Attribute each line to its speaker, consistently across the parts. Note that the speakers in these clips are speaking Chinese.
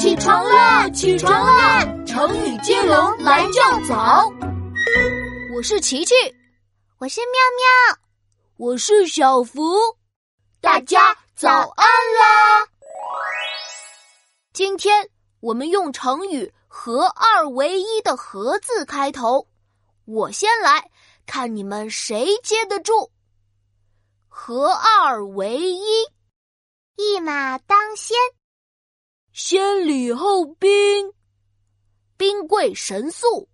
Speaker 1: 啦，起床啦！成语接龙来叫早。我是琪琪，
Speaker 2: 我是妙妙，
Speaker 1: 我是小福，大家早安啦！今天我们用成语“合二为一”的“合”字开头。我先来看你们谁接得住。合二为一，
Speaker 2: 一马当先，
Speaker 1: 先礼后兵，兵贵神速，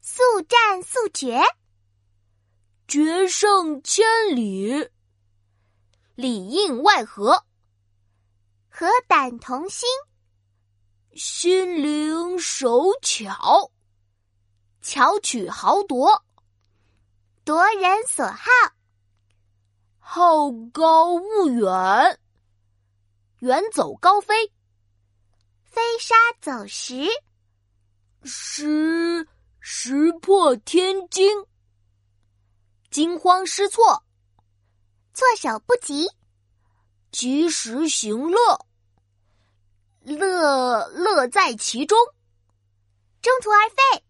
Speaker 2: 速战速决，
Speaker 1: 决胜千里，里应外合，
Speaker 2: 和胆同心，
Speaker 1: 心灵手巧，巧取豪夺，
Speaker 2: 夺人所好，
Speaker 1: 好高骛远，远走高飞，
Speaker 2: 飞沙走石，
Speaker 1: 石石破天惊，惊慌失措，
Speaker 2: 措手不及，
Speaker 1: 及时行乐，乐乐在其中，
Speaker 2: 中途而废，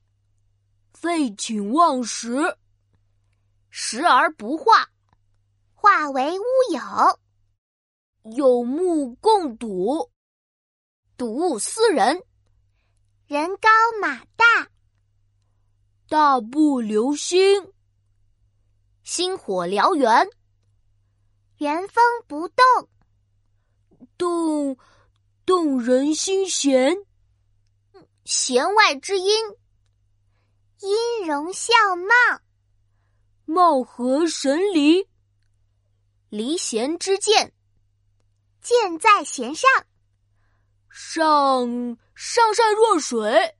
Speaker 1: 废寝忘食，食而不化，
Speaker 2: 化为乌有，
Speaker 1: 有目共睹，睹物思人，
Speaker 2: 人高马大，
Speaker 1: 大步流星，星火燎原，
Speaker 2: 原封不动，
Speaker 1: 动动人心弦，弦外之音，
Speaker 2: 音容笑貌，
Speaker 1: 貌合神离，离弦之箭，
Speaker 2: 箭在弦上，
Speaker 1: 上上善若水，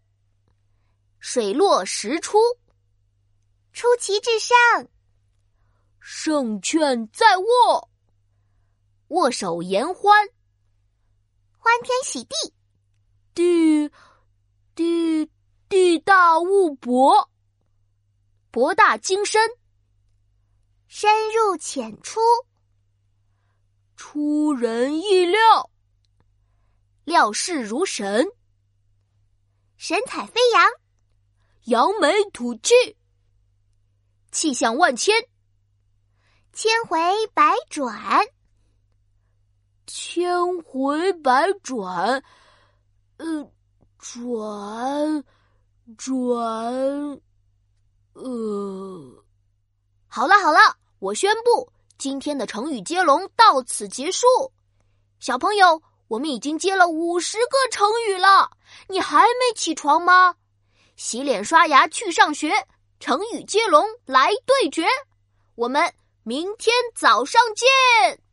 Speaker 1: 水落石出，
Speaker 2: 出奇制胜，
Speaker 1: 胜券在握，握手言欢，
Speaker 2: 欢天喜地，
Speaker 1: 地地地大物博，博大精深，
Speaker 2: 深入浅出，
Speaker 1: 出人意料，料事如神，
Speaker 2: 神采飞扬，
Speaker 1: 扬眉吐气，气象万千，
Speaker 2: 千回百转，
Speaker 1: 千回百转，呃，转转，呃，好了好了，我宣布今天的成语接龙到此结束。小朋友，我们已经接了五十个成语了，你还没起床吗？洗脸刷牙去上学，成语接龙来对决，我们明天早上见。